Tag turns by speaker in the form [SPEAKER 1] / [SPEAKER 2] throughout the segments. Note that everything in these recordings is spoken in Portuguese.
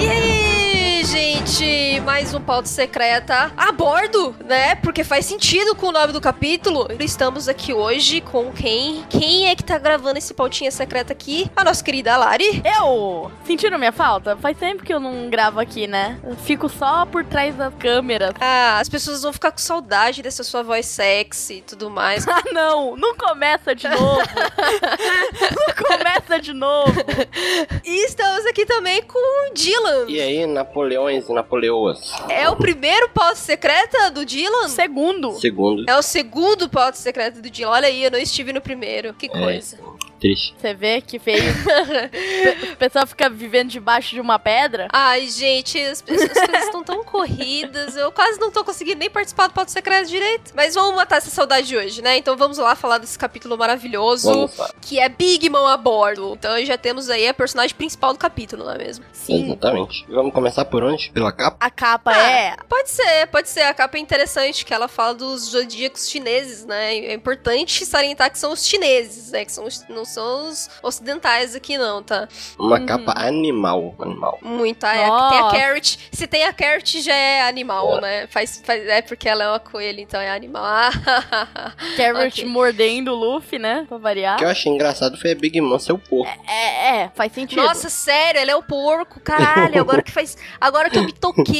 [SPEAKER 1] E aí, gente, mais um pauta secreta a bordo, né? Porque faz sentido com o nome do capítulo. Estamos aqui hoje com quem? Quem é que tá gravando esse pautinha secreta aqui? A nossa querida Lari.
[SPEAKER 2] Eu! Sentiram minha falta? Faz tempo que eu não gravo aqui, né? Eu fico só por trás das câmeras.
[SPEAKER 1] Ah, as pessoas vão ficar com saudade dessa sua voz sexy e tudo mais.
[SPEAKER 2] Ah, não! Não começa de novo! não começa de novo!
[SPEAKER 1] E estamos aqui também com o Dylan.
[SPEAKER 3] E aí, Napoleões e Napoleoas?
[SPEAKER 1] É o primeiro pauta secreta do Dylan?
[SPEAKER 2] Um Segundo!
[SPEAKER 3] Segundo,
[SPEAKER 1] É o segundo pauta secreta do Dylan. Olha aí, eu não estive no primeiro.
[SPEAKER 3] É.
[SPEAKER 1] Que coisa.
[SPEAKER 3] triste.
[SPEAKER 2] Você vê que feio. Pe- O pessoal fica vivendo debaixo de uma pedra.
[SPEAKER 1] Ai, gente, as, pe- as coisas estão tão corridas. Eu quase não tô conseguindo nem participar do Pauta Secreto direito. Mas vamos matar essa saudade de hoje, né? Então vamos lá falar desse capítulo maravilhoso,
[SPEAKER 3] Vamos lá.
[SPEAKER 1] que é Big Mom a bordo. Então já temos aí a personagem principal do capítulo, não é mesmo?
[SPEAKER 3] Exatamente. E Vamos começar por onde? Pela capa?
[SPEAKER 2] A capa
[SPEAKER 1] Ah.
[SPEAKER 2] é.
[SPEAKER 1] Pode ser, pode ser. A capa é interessante, que ela fala dos zodíacos chineses, né? É importante salientar que são os chineses, né? Que são os- não são os ocidentais aqui não, tá?
[SPEAKER 3] Uma
[SPEAKER 2] Uhum.
[SPEAKER 3] capa animal. Animal.
[SPEAKER 1] Muito. É, a- tem a
[SPEAKER 2] Nossa.
[SPEAKER 1] Carrot. Se tem a Carrot, já é animal,
[SPEAKER 3] É.
[SPEAKER 1] né? Faz, faz, é porque ela é uma coelha, então é animal. Ah,
[SPEAKER 2] Carrot
[SPEAKER 1] Ok.
[SPEAKER 2] mordendo o Luffy, né? Pra
[SPEAKER 3] O
[SPEAKER 2] variar.
[SPEAKER 3] que eu achei engraçado foi a Big Mom ser o porco.
[SPEAKER 2] É, é, faz sentido.
[SPEAKER 1] Nossa, sério, ela é o porco, caralho. Agora que faz. Agora que eu me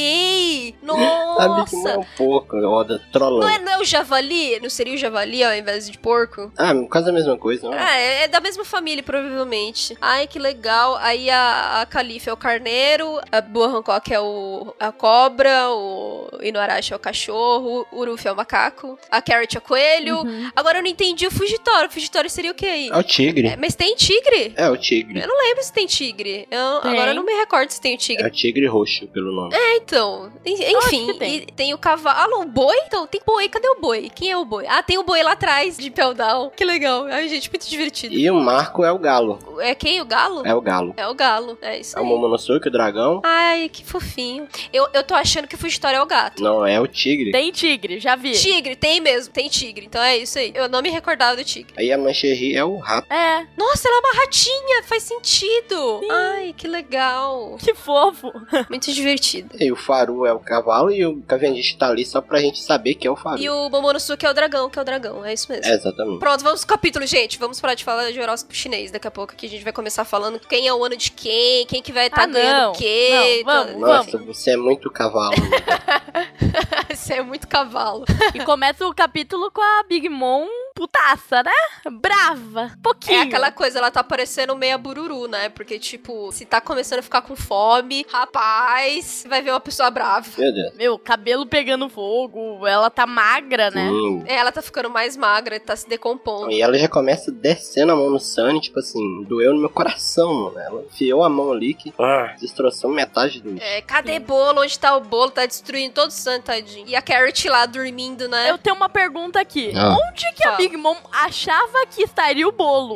[SPEAKER 1] toquei.
[SPEAKER 3] A Big Mom é
[SPEAKER 1] Nossa.
[SPEAKER 3] o porco, roda
[SPEAKER 1] Não
[SPEAKER 3] trollando.
[SPEAKER 1] é, não é o javali? Não seria o javali ao invés de porco?
[SPEAKER 3] Ah, quase a mesma coisa, não é?
[SPEAKER 1] Ah, é, é da mesma família, provavelmente. Ai, que legal. Aí a, a Califa é o carneiro, a Boa Hancock é o, a cobra, o Inuarashi é o cachorro, o Uruf é o macaco, a Carrot é o coelho.
[SPEAKER 2] Uhum.
[SPEAKER 1] Agora eu não entendi o Fugitório. O Fugitório seria o que aí?
[SPEAKER 3] É o tigre.
[SPEAKER 1] É, mas tem tigre?
[SPEAKER 3] É o tigre.
[SPEAKER 1] Eu não lembro se tem tigre. Eu-
[SPEAKER 2] Tem.
[SPEAKER 1] Agora eu não me recordo se tem o
[SPEAKER 3] É
[SPEAKER 1] tigre.
[SPEAKER 3] o tigre roxo, pelo nome.
[SPEAKER 1] Então, en- enfim,
[SPEAKER 2] que tem.
[SPEAKER 1] e tem o cavalo. Ah, o boi? Então, tem boi. Cadê o boi? Quem é o boi? Ah, tem o boi lá atrás, de Peldown. Que legal. Ai, gente, muito divertido.
[SPEAKER 3] E o marco é o galo.
[SPEAKER 1] É quem? O galo?
[SPEAKER 3] É o galo.
[SPEAKER 1] É o galo, é isso
[SPEAKER 3] É o
[SPEAKER 1] aí.
[SPEAKER 3] Momonosuke, o dragão.
[SPEAKER 1] Ai, que fofinho. Eu, eu tô achando que o Fugitório é o gato.
[SPEAKER 3] Não, é o tigre.
[SPEAKER 2] Tem tigre, já
[SPEAKER 3] é.
[SPEAKER 2] vi.
[SPEAKER 1] Tigre, tem mesmo, tem tigre. Então é isso aí. Eu não me recordava do tigre.
[SPEAKER 3] Aí a Mancherry é o rato.
[SPEAKER 2] É,
[SPEAKER 1] Nossa, ela é uma ratinha, faz sentido. Ai, que legal.
[SPEAKER 2] que fofo.
[SPEAKER 1] Muito divertido.
[SPEAKER 3] E o Faru é o cavalo. E o Cavendish tá ali só pra gente saber que é o Faru.
[SPEAKER 1] E o Momonosuke é o dragão, que é o dragão, é isso mesmo.
[SPEAKER 3] É, exatamente.
[SPEAKER 1] Pronto, vamos pro capítulo, gente. Vamos parar de falar de horóscopo chinês daqui a pouco, que a gente vai começar falando quem é o ano de quem, quem que vai estar
[SPEAKER 2] Ah,
[SPEAKER 1] ganhando
[SPEAKER 2] não.
[SPEAKER 1] o quê. tá?
[SPEAKER 2] Não, vamos.
[SPEAKER 3] Nossa, você é muito cavalo.
[SPEAKER 1] Isso é muito cavalo.
[SPEAKER 2] E começa o capítulo com a Big Mom putaça, né? Brava. Pouquinho.
[SPEAKER 1] É aquela coisa, ela tá parecendo meia bururu, né? Porque, tipo, se tá começando a ficar com fome, rapaz, vai ver uma pessoa brava.
[SPEAKER 3] Meu Deus.
[SPEAKER 2] Meu, cabelo pegando fogo, ela tá magra, né?
[SPEAKER 3] Hum.
[SPEAKER 1] É, Ela tá ficando mais magra, tá se decompondo.
[SPEAKER 3] E ela já começa descendo a mão no Sunny, tipo assim, doeu no meu coração, mano. Ela enfiou a mão ali que ah, destroçou metade do.
[SPEAKER 1] É, cadê bolo? Onde tá o bolo? Tá destruindo todo o santo, tadinho. E a Carrot lá dormindo, né?
[SPEAKER 2] Eu tenho uma pergunta aqui.
[SPEAKER 3] Ah.
[SPEAKER 2] Onde que
[SPEAKER 1] Fala.
[SPEAKER 2] a Big Mom achava que estaria o bolo?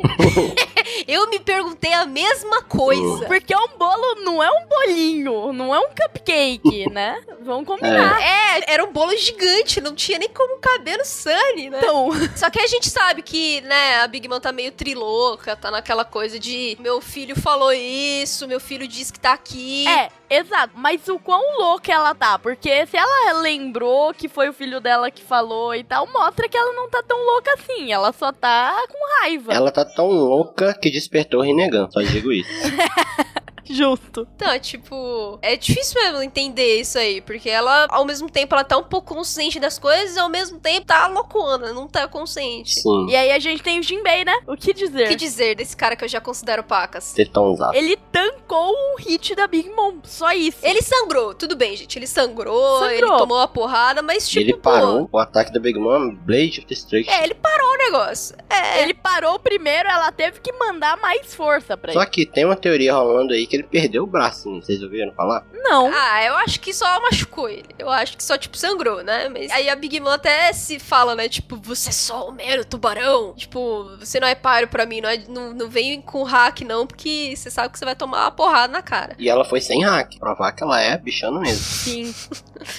[SPEAKER 1] Eu me perguntei a mesma coisa.
[SPEAKER 2] Porque um bolo não é um bolinho, não é um cupcake, né? Vamos combinar.
[SPEAKER 1] É, era um bolo gigante, não tinha nem como caber no Sunny, né?
[SPEAKER 2] Então,
[SPEAKER 1] Só que a gente sabe que, né, a Big Mom tá meio trilouca, tá naquela coisa de meu filho falou isso, meu filho disse que tá aqui.
[SPEAKER 2] é, exato. Mas o quão louca ela tá? Porque se ela lembrou que foi o filho dela que falou e tal, mostra que ela não tá tão louca assim. Ela só tá com raiva.
[SPEAKER 3] Ela tá tão louca que despertou o Rinnegan, só digo isso.
[SPEAKER 2] Justo.
[SPEAKER 1] Então, tipo, é difícil mesmo entender isso aí, porque ela, ao mesmo tempo, ela tá um pouco consciente das coisas, e ao mesmo tempo tá loucona, não tá consciente.
[SPEAKER 3] Sim,
[SPEAKER 2] E aí a gente tem o Jinbei, né? O que
[SPEAKER 1] O
[SPEAKER 2] dizer?
[SPEAKER 1] que dizer desse cara que eu já considero pacas?
[SPEAKER 3] ser tão
[SPEAKER 1] É,
[SPEAKER 3] usado.
[SPEAKER 2] Ele tancou o hit da Big Mom. Só isso.
[SPEAKER 1] Ele sangrou, tudo bem, gente. Ele sangrou,
[SPEAKER 2] Sangrou.
[SPEAKER 1] ele tomou a porrada, mas tipo,
[SPEAKER 3] Ele
[SPEAKER 1] pô,
[SPEAKER 3] parou o ataque da Big Mom, Blade of Destruction.
[SPEAKER 1] É, ele parou o negócio. É.
[SPEAKER 2] Ele parou primeiro, ela teve que mandar mais força pra
[SPEAKER 3] Só
[SPEAKER 2] ele.
[SPEAKER 3] que tem uma teoria rolando aí que ele perdeu o braço, né? vocês ouviram falar?
[SPEAKER 2] não.
[SPEAKER 1] Ah, eu acho que só machucou ele. Eu acho que só, tipo, sangrou, né? Mas aí a Big Mom até se fala, né? Tipo, você é só o mero tubarão. Tipo, você não é páreo pra mim. Não, é, não, não vem com hack, não, porque você sabe que você vai tomar uma porrada na cara.
[SPEAKER 3] E ela foi sem hack. Provar que ela é bichando mesmo.
[SPEAKER 2] Sim.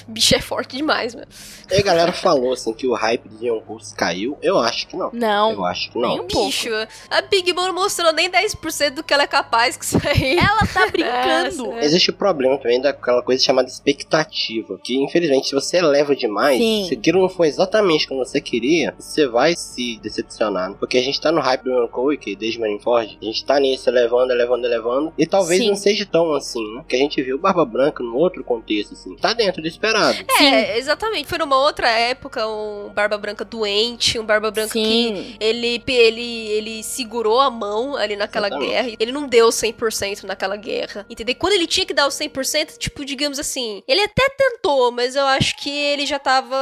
[SPEAKER 1] Bicho é forte demais, mano.
[SPEAKER 3] E a galera falou assim que o hype de Young Goose caiu. Eu acho que não.
[SPEAKER 2] Não.
[SPEAKER 3] Eu acho que
[SPEAKER 2] Nem
[SPEAKER 3] não.
[SPEAKER 2] um pouco.
[SPEAKER 1] Bicho, a Big Mom não mostrou nem 10% do que ela é capaz que isso aí.
[SPEAKER 2] Ela tá brincando.
[SPEAKER 1] Nossa.
[SPEAKER 3] Existe o problema também daquela coisa chamada expectativa. Que infelizmente, se você eleva demais,
[SPEAKER 2] Sim.
[SPEAKER 3] se aquilo não foi exatamente como você queria, você vai se decepcionar. Porque a gente tá no hype do Young que desde Marineford, a gente tá nisso, elevando, elevando, elevando. E talvez
[SPEAKER 2] Sim.
[SPEAKER 3] não seja tão assim, né? Que a gente viu Barba Branca num outro contexto, assim. Tá dentro do esperado.
[SPEAKER 1] É, exatamente. Foi numa outra época, um Barba Branca doente, um Barba Branca que
[SPEAKER 2] É, Sim.
[SPEAKER 1] Ele, ele, ele segurou a mão ali naquela
[SPEAKER 3] Exatamente.
[SPEAKER 1] guerra. Ele não deu 100% naquela guerra. Entendeu? Quando ele tinha que dar o 100%, tipo, digamos assim, ele até tentou, mas eu acho que ele já tava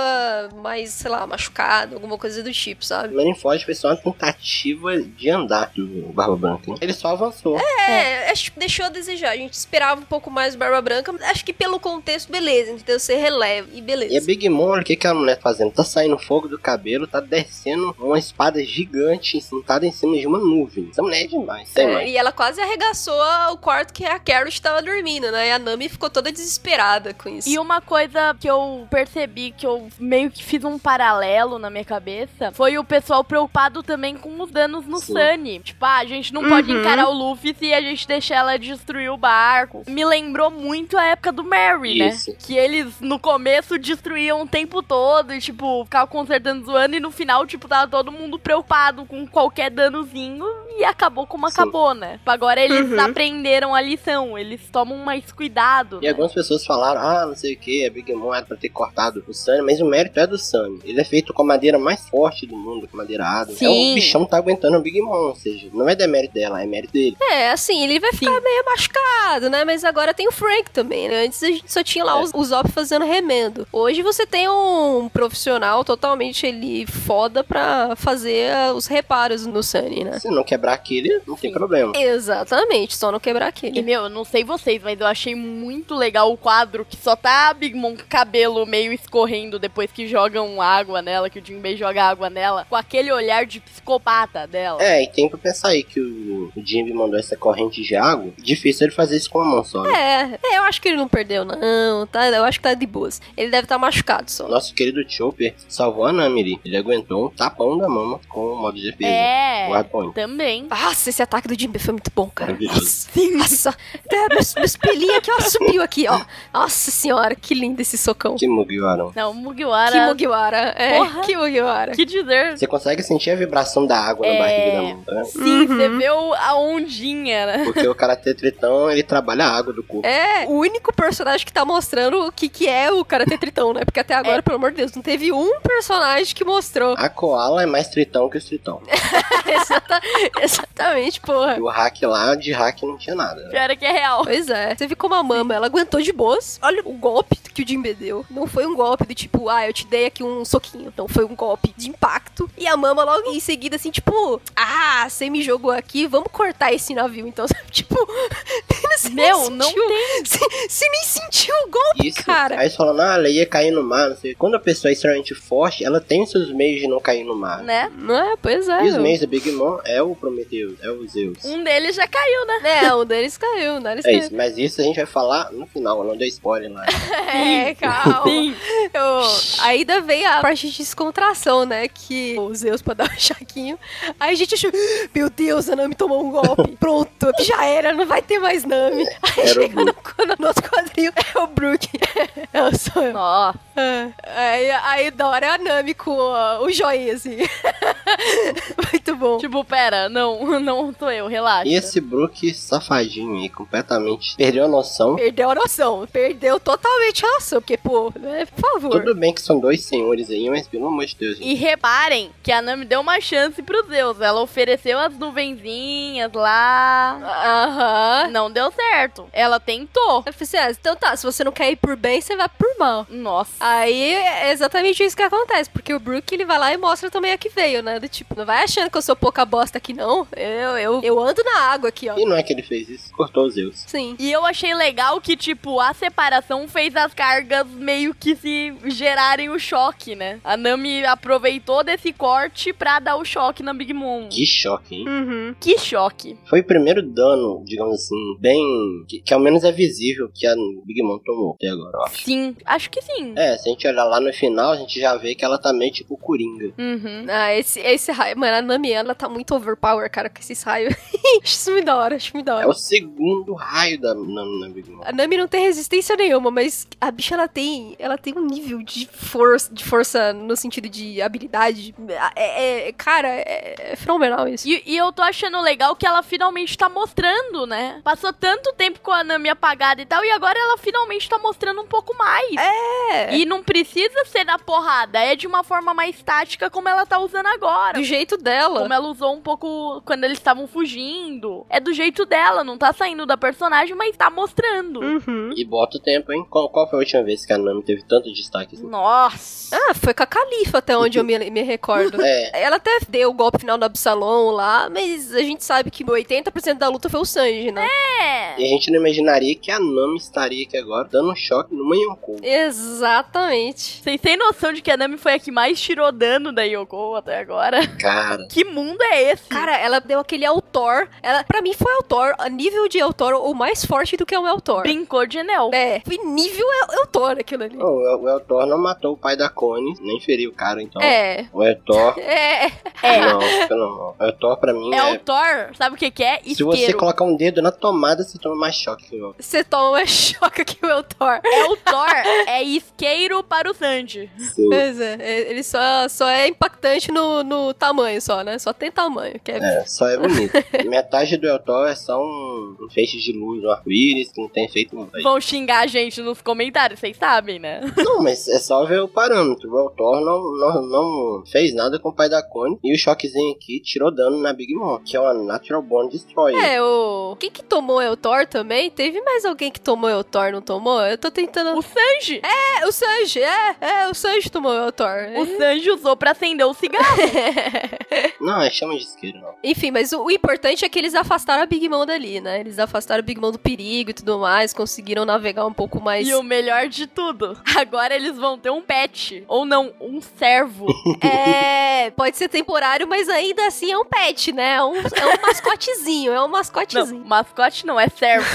[SPEAKER 1] mais, sei lá, machucado, alguma coisa do tipo, sabe?
[SPEAKER 3] Marineford foi só uma tentativa de andar do Barba Branca. né? Ele só avançou.
[SPEAKER 1] É, acho que deixou a desejar. A gente esperava um pouco mais do Barba Branca. mas Acho que pelo contexto, beleza, entendeu? Você releva e
[SPEAKER 3] E é a
[SPEAKER 1] beleza.
[SPEAKER 3] Big Mom, olha o que, que a mulher tá fazendo? Tá saindo fogo do cabelo, tá descendo uma espada gigante sentada em cima de uma nuvem. Essa mulher é demais, sei lá.
[SPEAKER 1] É, e ela quase arregaçou a- o quarto que a Carrot tava dormindo, né? E a Nami ficou toda desesperada com isso.
[SPEAKER 2] E uma coisa que eu percebi, que eu meio que fiz um paralelo na minha cabeça, foi o pessoal preocupado também com os danos no
[SPEAKER 3] Sim.
[SPEAKER 2] Sunny. Tipo, ah, a gente não pode
[SPEAKER 1] Uhum.
[SPEAKER 2] encarar o Luffy se a gente deixar ela destruir o barco. Me lembrou muito a época do Mary,
[SPEAKER 3] Isso.
[SPEAKER 2] né? Que eles, no começo, destruíam o tempo todo e, tipo, ficavam consertando zoando e no final, tipo, tava todo mundo preocupado com qualquer danozinho e acabou como
[SPEAKER 3] Sim.
[SPEAKER 2] acabou, né? Tipo, agora eles
[SPEAKER 1] Uhum.
[SPEAKER 2] aprenderam a lição, eles tomam mais cuidado.
[SPEAKER 3] E
[SPEAKER 2] né?
[SPEAKER 3] algumas pessoas falaram, ah, não sei o que, a Big Mom era pra ter cortado o Sunny, mas o mérito é do Sunny. Ele é feito com a madeira mais forte do mundo, com madeira árdua. Então
[SPEAKER 2] Sim.
[SPEAKER 3] o bichão tá aguentando a Big Mom, ou seja, não é demérito dela, é mérito dele.
[SPEAKER 1] É, assim, ele vai ficar meio machucado, né? Mas agora tem o Frank também, né? Antes a gente só tinha lá
[SPEAKER 3] É.
[SPEAKER 1] os, os op fazendo remendo. Hoje você tem um profissional totalmente ele foda pra fazer ah, os reparos no Sunny, né?
[SPEAKER 3] Se não quebrar aquele, não tem problema.
[SPEAKER 1] Exatamente, só não quebrar
[SPEAKER 2] E,
[SPEAKER 1] aquele.
[SPEAKER 2] meu, eu não sei vocês, mas eu achei muito legal o quadro que só tá a Big Mom com o cabelo meio escorrendo depois que jogam água nela, que o Jinbei joga água nela, com aquele olhar de psicopata dela.
[SPEAKER 3] É, e tem pra pensar aí que o, o Jimmy mandou essa corrente de água. Difícil ele fazer isso com a mão só, né?
[SPEAKER 1] É, é, eu acho que ele não perdeu, não, tá? Eu acho que tá de boas. Ele deve estar machucado só.
[SPEAKER 3] Nosso querido Chopper salvou a Namiri. Ele aguentou um tapão da mama com o modo de defesa.
[SPEAKER 2] É,
[SPEAKER 3] Guardpoint.
[SPEAKER 2] também.
[SPEAKER 1] Nossa, esse ataque do Jimbe foi muito bom, cara.
[SPEAKER 3] Maravilhoso.
[SPEAKER 1] Nossa, nossa, até meus, meus pelinhos aqui, ó, subiu aqui, ó. Nossa senhora, que lindo esse socão.
[SPEAKER 3] Que Mugiwaran.
[SPEAKER 2] Não,
[SPEAKER 1] Que
[SPEAKER 2] Mugiwara,
[SPEAKER 1] Mugiwara, é.
[SPEAKER 2] Porra.
[SPEAKER 1] Que Mugiwara.
[SPEAKER 2] que dizer.
[SPEAKER 3] Você consegue sentir a vibração da água
[SPEAKER 2] É.
[SPEAKER 3] na barriga da mão, né?
[SPEAKER 2] Sim, você
[SPEAKER 1] Uhum.
[SPEAKER 2] viu a ondinha, né?
[SPEAKER 3] Porque o Karate Tritão, ele trabalha a água do corpo.
[SPEAKER 1] É o único personagem que tá mostrando o que, que é o Karate Tritão, né? Porque até agora, pelo amor de Deus, não teve um personagem que mostrou.
[SPEAKER 3] A Koala é mais Tritão que os Tritão.
[SPEAKER 1] É, Exata- exatamente, porra.
[SPEAKER 3] E o hack lá, de hack não tinha nada. né?
[SPEAKER 2] Pior é que é real.
[SPEAKER 1] Pois é, você ficou uma mama, ela aguentou de boas. Olha o golpe que o Jimbe deu. Não foi um golpe do tipo, ah, eu te dei aqui um soquinho. Então foi um golpe de impacto. E a mama logo em seguida, assim, tipo, ah, você me jogou aqui, vamos cortar esse navio. Então, sabe, tipo, você nem
[SPEAKER 2] Meu, não
[SPEAKER 1] sentiu-
[SPEAKER 2] tem.
[SPEAKER 1] Você você nem sentiu o golpe.
[SPEAKER 3] Isso.
[SPEAKER 1] cara.
[SPEAKER 3] Aí eles falam, ah, ela ia cair no mar, não sei. Quando a pessoa é extremamente forte, ela tem os seus meios de não cair no mar.
[SPEAKER 2] Né?
[SPEAKER 1] Não é, pois é.
[SPEAKER 3] E os meios da Big Mom é o Prometheus, é o Zeus.
[SPEAKER 2] Um deles já caiu, né?
[SPEAKER 1] É, o Danis caiu, o Danis
[SPEAKER 3] É
[SPEAKER 1] caiu.
[SPEAKER 3] isso, mas isso a gente vai falar no final, não deu spoiler lá.
[SPEAKER 1] É, calma.
[SPEAKER 2] Sim.
[SPEAKER 1] Eu- Ainda vem a parte de descontração, né? Que o Zeus pra dar um chaquinho. Aí a gente achou, meu Deus, a Nami tomou um golpe. Pronto, já era, não vai ter mais Nami. Aí
[SPEAKER 3] Era o
[SPEAKER 1] chega no, no nosso quadril, é o Brook. É Eu sou eu.
[SPEAKER 2] Ó,
[SPEAKER 1] Ah, Aí, aí da hora é a Nami com ó, o joinha, assim. Muito bom.
[SPEAKER 2] tipo, pera, não, não sou eu, relaxa.
[SPEAKER 3] E esse Brook safadinho aí, completamente perdeu a noção.
[SPEAKER 1] Perdeu a noção, perdeu totalmente a noção, porque, pô, né, por favor.
[SPEAKER 3] Tudo bem que são dois senhores aí, mas pelo amor de Deus, gente.
[SPEAKER 2] E reparem que a Nami deu uma chance pro Zeus. Ela ofereceu as nuvenzinhas lá.
[SPEAKER 1] Aham.
[SPEAKER 2] Não deu certo. Ela tentou.
[SPEAKER 1] Eu falei assim, ah, então tá, se você não quer ir por bem, você vai por mal.
[SPEAKER 2] Nossa.
[SPEAKER 1] Aí é exatamente isso que acontece, porque o Brook ele vai lá e mostra também a que veio, né? Do tipo, não vai achando que eu sou pouca bosta aqui, não. Eu, eu, eu ando na água aqui, ó.
[SPEAKER 3] E não é que ele fez isso, cortou os Zeus.
[SPEAKER 1] Sim.
[SPEAKER 2] E eu achei legal que, tipo, a separação fez as cargas meio que se gerarem o choque, né? A Nami aproveitou desse corte pra dar o choque na Big Mom.
[SPEAKER 3] Que choque, hein?
[SPEAKER 1] Uhum.
[SPEAKER 2] Que choque.
[SPEAKER 3] Foi o primeiro dano, digamos assim, bem. que, que ao menos é visível que a Big Mom tomou até agora, ó.
[SPEAKER 2] Sim, acho que sim.
[SPEAKER 3] É, se a gente olhar lá no final, a gente já vê que ela tá meio tipo coringa.
[SPEAKER 2] Uhum.
[SPEAKER 1] Ah, esse, esse raio. Mano, a Nami, ela tá muito overpower, cara, com esses raios. isso me da hora, acho me da
[SPEAKER 3] É o
[SPEAKER 1] hora.
[SPEAKER 3] segundo raio da na, na Big Mom.
[SPEAKER 1] A Nami não tem resistência nenhuma, mas a bicha ela tem, ela tem um nível de força, de força no sentido de habilidade. É, é- é- cara, é, é fenomenal isso.
[SPEAKER 2] E, e eu tô achando legal que ela finalmente tá mostrando, né? Passou tanto tempo com a Nami apagada e tal, e agora ela finalmente tá mostrando um pouco mais.
[SPEAKER 1] É.
[SPEAKER 2] E não precisa ser na porrada, é de uma forma mais tática como ela tá usando agora.
[SPEAKER 1] do jeito dela.
[SPEAKER 2] Como ela usou um pouco quando eles estavam fugindo. É do jeito dela, não tá saindo da personagem, mas tá mostrando.
[SPEAKER 1] Uhum.
[SPEAKER 3] E bota o tempo, hein? Qual, qual foi a última vez que a Nami teve tanto destaque assim?
[SPEAKER 2] Nossa!
[SPEAKER 1] Ah, foi com a Califa até onde eu me, me recordo.
[SPEAKER 3] É,
[SPEAKER 1] Ela até deu o golpe final do Absalom lá, mas a gente sabe que 80% da luta foi o Sanji, né?
[SPEAKER 2] É!
[SPEAKER 3] e a gente não imaginaria que a Nami estaria aqui agora dando um choque no Yonkou.
[SPEAKER 1] Exatamente.
[SPEAKER 2] Vocês têm noção de que a Nami foi a que mais tirou dano da Yoko até agora?
[SPEAKER 3] Cara,
[SPEAKER 2] Que mundo é esse?
[SPEAKER 1] Cara, ela deu aquele autor. Ela, pra mim, foi autor, a nível de autor, ou mais forte do que um autor.
[SPEAKER 2] brincou de Enel.
[SPEAKER 1] É, foi nível eu- autor aquilo ali.
[SPEAKER 3] não, o El- o Eltor não matou o pai da Connie, nem feriu o cara, então.
[SPEAKER 1] É.
[SPEAKER 3] O Eltor.
[SPEAKER 1] É,
[SPEAKER 2] É.
[SPEAKER 3] Não, pelo amor. O Eltor pra mim
[SPEAKER 2] É
[SPEAKER 3] é.
[SPEAKER 2] o Thor, sabe o que que é?
[SPEAKER 3] Se você
[SPEAKER 2] Isqueiro.
[SPEAKER 3] colocar um dedo na tomada, você toma mais choque que o Eltor.
[SPEAKER 1] você toma mais choca que o Eltor.
[SPEAKER 2] É o Thor, é isqueiro para o Sanji.
[SPEAKER 3] Sim.
[SPEAKER 1] Pois é, é, ele só, só é impactante no, no tamanho só, né? Só tem tamanho, que é...
[SPEAKER 3] É, só é bonito. Metade do Eltor é só um, um feixe de luz, um arco-íris, que não tem efeito nenhum.
[SPEAKER 2] Vão xingar a gente nos comentários, vocês sabem, né?
[SPEAKER 3] Não, mas é só ver o parâmetro. O Altor não, não, não fez nada com o pai da Cone. E o choquezinho aqui tirou dano na Big Mom, que é uma Natural Born Destroyer.
[SPEAKER 1] É, o... Quem que tomou Eltor também? Teve mais alguém que tomou Eltor, não tomou? Eu tô tentando...
[SPEAKER 2] O Sanji,
[SPEAKER 1] É, o Sanji, é, é, o Sanji tomou Eltor.
[SPEAKER 2] o Sanji usou pra acender o cigarro.
[SPEAKER 3] Não, é chama de isqueiro, não.
[SPEAKER 1] Enfim, mas o, o importante é que eles afastaram a Big Mom dali, né? Eles afastaram a Big Mom do perigo e tudo mais, conseguiram navegar um pouco mais...
[SPEAKER 2] E o melhor de tudo, agora eles vão ter um pet, ou não, um servo.
[SPEAKER 1] É, pode ser temporário, mas ainda assim é um pet, né? É um, é um mascotezinho, é um
[SPEAKER 2] Não,
[SPEAKER 1] mascotezinho.
[SPEAKER 2] mascote não é servo.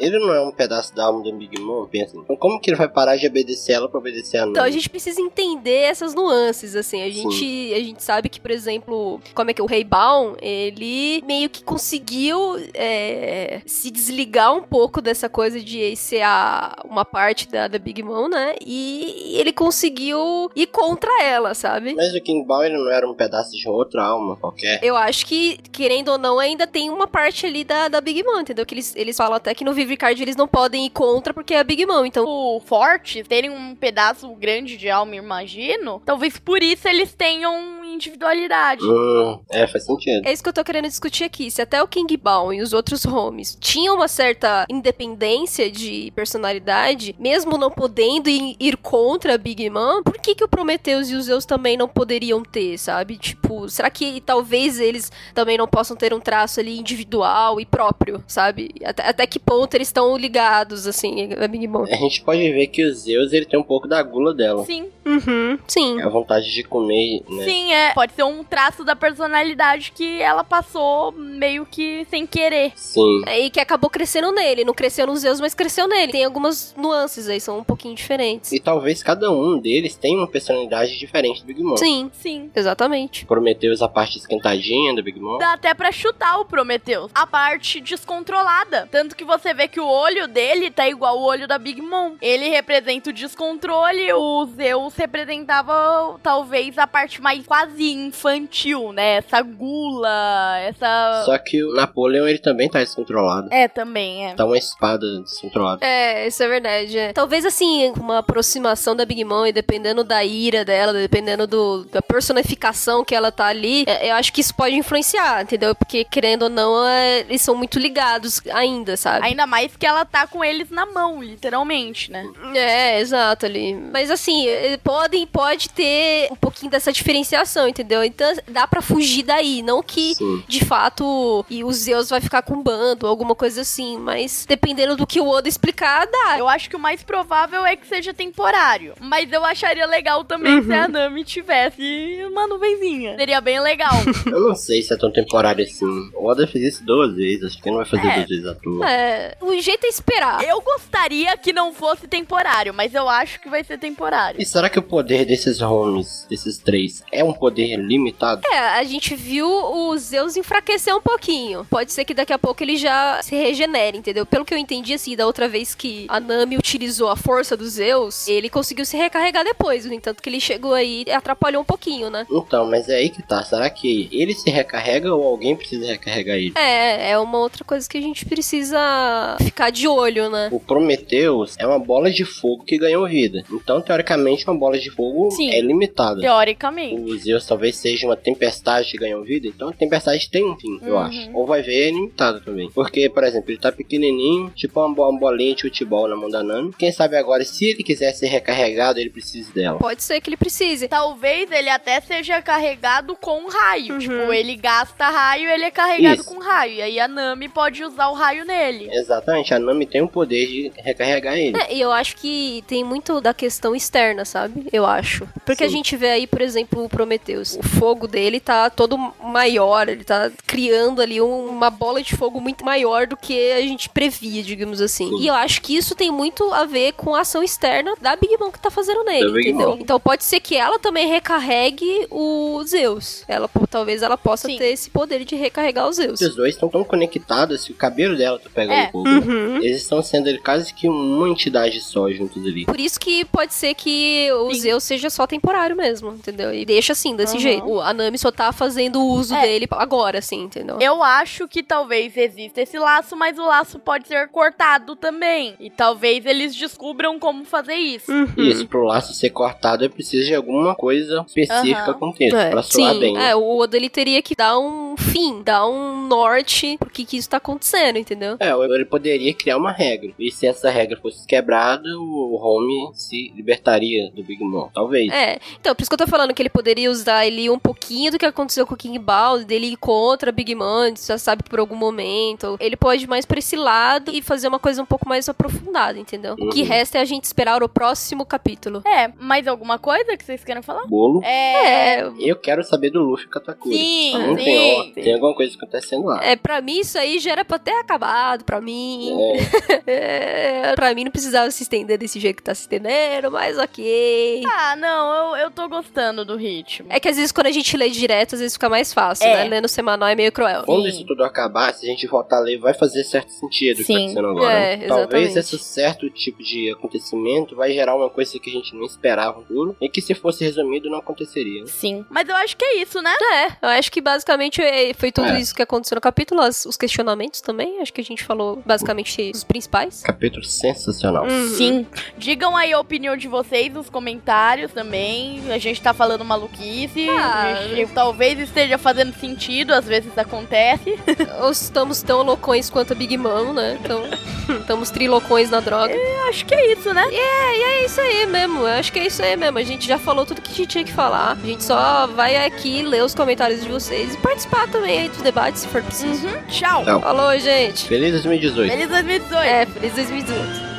[SPEAKER 3] Ele não é um pedaço da alma da Big Mom, pensa. Então como que ele vai parar de obedecer ela pra obedecer a
[SPEAKER 1] Então a
[SPEAKER 3] Nami?
[SPEAKER 1] gente precisa entender essas nuances, assim. A gente, a gente sabe que, por exemplo, como é que é? o Rei Baum, ele meio que conseguiu é, se desligar um pouco dessa coisa de ele ser a- uma parte da, da Big Mom, né? E ele conseguiu ir contra ela, sabe?
[SPEAKER 3] Mas o King Bao, ele não era um pedaço de outra alma qualquer.
[SPEAKER 1] Eu acho que, querendo ou não, ainda tem uma parte ali da, da Big Mom, entendeu? Que eles, eles falam até que no Vive Card eles não podem ir contra porque é a Big Mom. Então,
[SPEAKER 2] o forte, terem um pedaço grande de alma, imagino. Talvez por isso eles tenham individualidade.
[SPEAKER 3] Hum, é, faz sentido.
[SPEAKER 1] é isso que eu tô querendo discutir aqui. Se até o King Baum e os outros homes tinham uma certa independência de personalidade, mesmo não podendo ir, ir contra a Big Mom, por que, que o Prometheus e os Zeus também não poderiam ter, sabe? Tipo, será que talvez eles também não possam ter um traço ali individual e próprio, sabe? Até, até que ponto eles estão ligados, assim, a Big Mom?
[SPEAKER 3] A gente pode ver que o Zeus, ele tem um pouco da gula dela.
[SPEAKER 2] Sim,
[SPEAKER 1] Uhum. Sim.
[SPEAKER 3] A vontade de comer, né?
[SPEAKER 2] sim, é. Pode ser um traço da personalidade que ela passou meio que sem querer.
[SPEAKER 3] Sim.
[SPEAKER 1] É, E que acabou crescendo nele. Não cresceu nos Zeus, mas cresceu nele. Tem algumas nuances aí, são um pouquinho diferentes.
[SPEAKER 3] E talvez cada um deles tenha uma personalidade diferente do Big Mom.
[SPEAKER 1] Sim,
[SPEAKER 2] Sim.
[SPEAKER 1] exatamente.
[SPEAKER 3] Prometeus a parte esquentadinha do Big Mom.
[SPEAKER 2] Dá até pra chutar o Prometheus. A parte descontrolada. Tanto que você vê que o olho dele tá igual o olho da Big Mom. Ele representa o descontrole, o Zeus representava talvez a parte mais fase infantil, né? Essa gula,
[SPEAKER 1] Então,
[SPEAKER 2] essa.
[SPEAKER 3] Só que o Napoleon, ele também tá descontrolado.
[SPEAKER 2] É, também, é.
[SPEAKER 3] Tá uma espada descontrolada.
[SPEAKER 1] É, isso é verdade. é. Talvez assim, uma aproximação da Big Mom e dependendo da ira dela, dependendo do, da personificação que ela tá ali, é, eu acho que isso pode influenciar, entendeu? Porque querendo ou não, é, eles são muito ligados ainda, sabe?
[SPEAKER 2] Ainda mais que ela tá com eles na mão, literalmente, né?
[SPEAKER 1] É, exato ali. Mas assim, eh, podem pode ter um pouquinho dessa diferenciação, entendeu? Então dá pra fugir daí, não que
[SPEAKER 3] Sim.
[SPEAKER 1] de fato e o Zeus vai ficar com um bando, alguma coisa assim, mas dependendo do que o Oda explicar, dá.
[SPEAKER 2] Eu acho que o mais provável é que seja temporário. Mas eu acharia legal também se a Nami tivesse uma nuvenzinha. Seria bem legal.
[SPEAKER 3] Eu não sei se é tão temporário assim. O Oda fez isso duas vezes, acho que ele não vai fazer
[SPEAKER 2] É.
[SPEAKER 3] duas vezes à toa.
[SPEAKER 1] É, o jeito é esperar.
[SPEAKER 2] Ah, eu gostaria que não fosse temporário, mas eu acho que vai ser temporário.
[SPEAKER 3] E será que o poder desses homens, desses três, é um poder limitado?
[SPEAKER 1] É, a gente viu o Zeus enfraquecer um pouquinho. Pode ser que daqui a pouco ele já se regenere, entendeu? Pelo que eu entendi, assim, da outra vez que a Nami utilizou a força do Zeus, ele conseguiu se recarregar depois. No entanto, que ele chegou aí e atrapalhou um pouquinho, né?
[SPEAKER 3] Então, mas é aí que tá. Será que ele se recarrega ou alguém precisa recarregar ele?
[SPEAKER 1] É, é uma outra coisa que a gente precisa ficar de olho, né?
[SPEAKER 3] O Prometheus é uma bola de fogo que ganhou vida. Então, teoricamente, uma bola de fogo
[SPEAKER 2] Sim.
[SPEAKER 3] é limitada.
[SPEAKER 2] Teoricamente.
[SPEAKER 3] O Zeus talvez seja uma tempestade que ganhou vida. Então, a tempestade tem um fim, eu
[SPEAKER 2] Uhum.
[SPEAKER 3] acho. Ou vai ver é limitado também. Porque, por exemplo, ele tá pequenininho, tipo uma, bo- uma bolinha de futebol na mão da Nami. Quem sabe agora, se ele quiser ser recarregado, ele precisa dela.
[SPEAKER 1] Pode ser que ele precise.
[SPEAKER 2] Talvez ele até seja carregado com raio.
[SPEAKER 1] Uhum.
[SPEAKER 2] Tipo, ele gasta raio ele é carregado
[SPEAKER 3] Isso.
[SPEAKER 2] com raio. E aí a Nami pode usar o raio nele.
[SPEAKER 3] Exatamente, a Nami tem o poder de recarregar ele.
[SPEAKER 1] É, e eu acho que tem muito da questão externa, sabe? Eu acho. Porque a
[SPEAKER 3] Sim.
[SPEAKER 1] gente vê aí, por exemplo, o Prometheus. O fogo dele tá todo maior, ele tá criando ali um- uma bola de fogo muito maior do que a gente previa, digamos assim.
[SPEAKER 3] Sim.
[SPEAKER 1] E eu acho que isso tem muito a ver com a ação externa da Big Mom que tá fazendo nele,
[SPEAKER 3] Da Big
[SPEAKER 1] entendeu?
[SPEAKER 3] Mom.
[SPEAKER 1] Então pode ser que ela também recarregue o Zeus. Ela, pô, talvez ela possa
[SPEAKER 2] Sim.
[SPEAKER 1] ter esse poder de recarregar o Zeus.
[SPEAKER 3] Esses dois estão tão conectados que o cabelo dela tá pegando
[SPEAKER 2] É.
[SPEAKER 3] um pouco. né?
[SPEAKER 1] Uhum.
[SPEAKER 3] Eles estão sendo quase que uma entidade só juntos ali.
[SPEAKER 1] Por isso que pode ser que o
[SPEAKER 2] Sim.
[SPEAKER 1] Zeus seja só temporário mesmo, entendeu? E deixa assim, desse
[SPEAKER 2] Aham.
[SPEAKER 1] jeito. O- A Nami só tá fazendo uso
[SPEAKER 2] É.
[SPEAKER 1] dele agora, assim, entendeu?
[SPEAKER 2] Eu acho que talvez exista esse laço, mas o laço pode ser cortado também. E talvez eles descubram como fazer isso.
[SPEAKER 1] Uhum.
[SPEAKER 3] Isso, pro laço ser cortado, é preciso de alguma coisa específica
[SPEAKER 2] Aham.
[SPEAKER 3] aconteça
[SPEAKER 1] É,
[SPEAKER 3] pra soar
[SPEAKER 1] sim,
[SPEAKER 3] bem. né?
[SPEAKER 1] é, o Oda ele teria que dar um fim, dar um norte pro que, que isso tá acontecendo, entendeu?
[SPEAKER 3] É, ou ele poderia criar uma regra. E se essa regra fosse quebrada, o Home se libertaria do Big Mom. Talvez.
[SPEAKER 1] É, então, por isso que eu tô falando que ele poderia usar ali um pouquinho do que aconteceu com o King Ball, dele ir contra a Big Mom, já sabe, por algum momento. Ele pode ir mais pra esse lado e fazer uma coisa um pouco mais aprofundada, entendeu? O que
[SPEAKER 3] Uhum.
[SPEAKER 1] resta é a gente esperar o próximo capítulo.
[SPEAKER 2] É, mais alguma coisa que vocês queiram falar?
[SPEAKER 3] Bolo.
[SPEAKER 2] É.
[SPEAKER 3] Eu quero saber do Luffy Katakuri.
[SPEAKER 2] Sim,
[SPEAKER 3] Não Tá tem, ó,
[SPEAKER 2] sim.
[SPEAKER 3] tem alguma coisa acontecendo lá.
[SPEAKER 1] É, pra mim isso aí já era pra ter acabado, pra mim.
[SPEAKER 3] É,
[SPEAKER 1] É, pra mim não precisava se estender desse jeito que tá se estendendo, mas ok.
[SPEAKER 2] Ah, não, eu, eu tô gostando do ritmo.
[SPEAKER 1] É que às vezes quando a gente lê direto, às vezes fica mais fácil,
[SPEAKER 2] É.
[SPEAKER 1] né? Lendo semanal é meio cruel.
[SPEAKER 3] Quando
[SPEAKER 2] Sim.
[SPEAKER 3] isso tudo acabar, se a gente voltar a ler, vai fazer certo sentido o que tá
[SPEAKER 2] Sim.
[SPEAKER 3] acontecendo agora.
[SPEAKER 1] É,
[SPEAKER 3] Talvez
[SPEAKER 1] exatamente.
[SPEAKER 3] esse certo tipo de acontecimento vai gerar uma coisa que a gente não esperava no futuro e que se fosse resumido não aconteceria.
[SPEAKER 2] Sim. Mas eu acho que é isso, né?
[SPEAKER 1] É, eu acho que basicamente é, foi tudo
[SPEAKER 3] É.
[SPEAKER 1] isso que aconteceu no capítulo, as- os questionamentos também. Acho que a gente falou basicamente os principais.
[SPEAKER 3] Capítulo sensacional.
[SPEAKER 1] Hum.
[SPEAKER 2] Sim. Digam aí a opinião de vocês nos comentários também. A gente tá falando maluquice.
[SPEAKER 1] Ah.
[SPEAKER 2] a gente talvez esteja fazendo sentido, às vezes acontece.
[SPEAKER 1] Ou estamos tão loucões quanto a Big Mom, né? Então, estamos trilocões na droga.
[SPEAKER 2] Eu acho que é isso, né?
[SPEAKER 1] É isso aí mesmo, eu acho que é isso aí mesmo. A gente já falou tudo que a gente tinha que falar. A gente só vai aqui ler os comentários de vocês e participar também aí do debate, se for preciso.
[SPEAKER 2] Uhum. Tchau.
[SPEAKER 3] Tchau.
[SPEAKER 1] Falou, gente.
[SPEAKER 3] Feliz 2018.
[SPEAKER 2] Feliz 2018.
[SPEAKER 1] É, feliz 2018.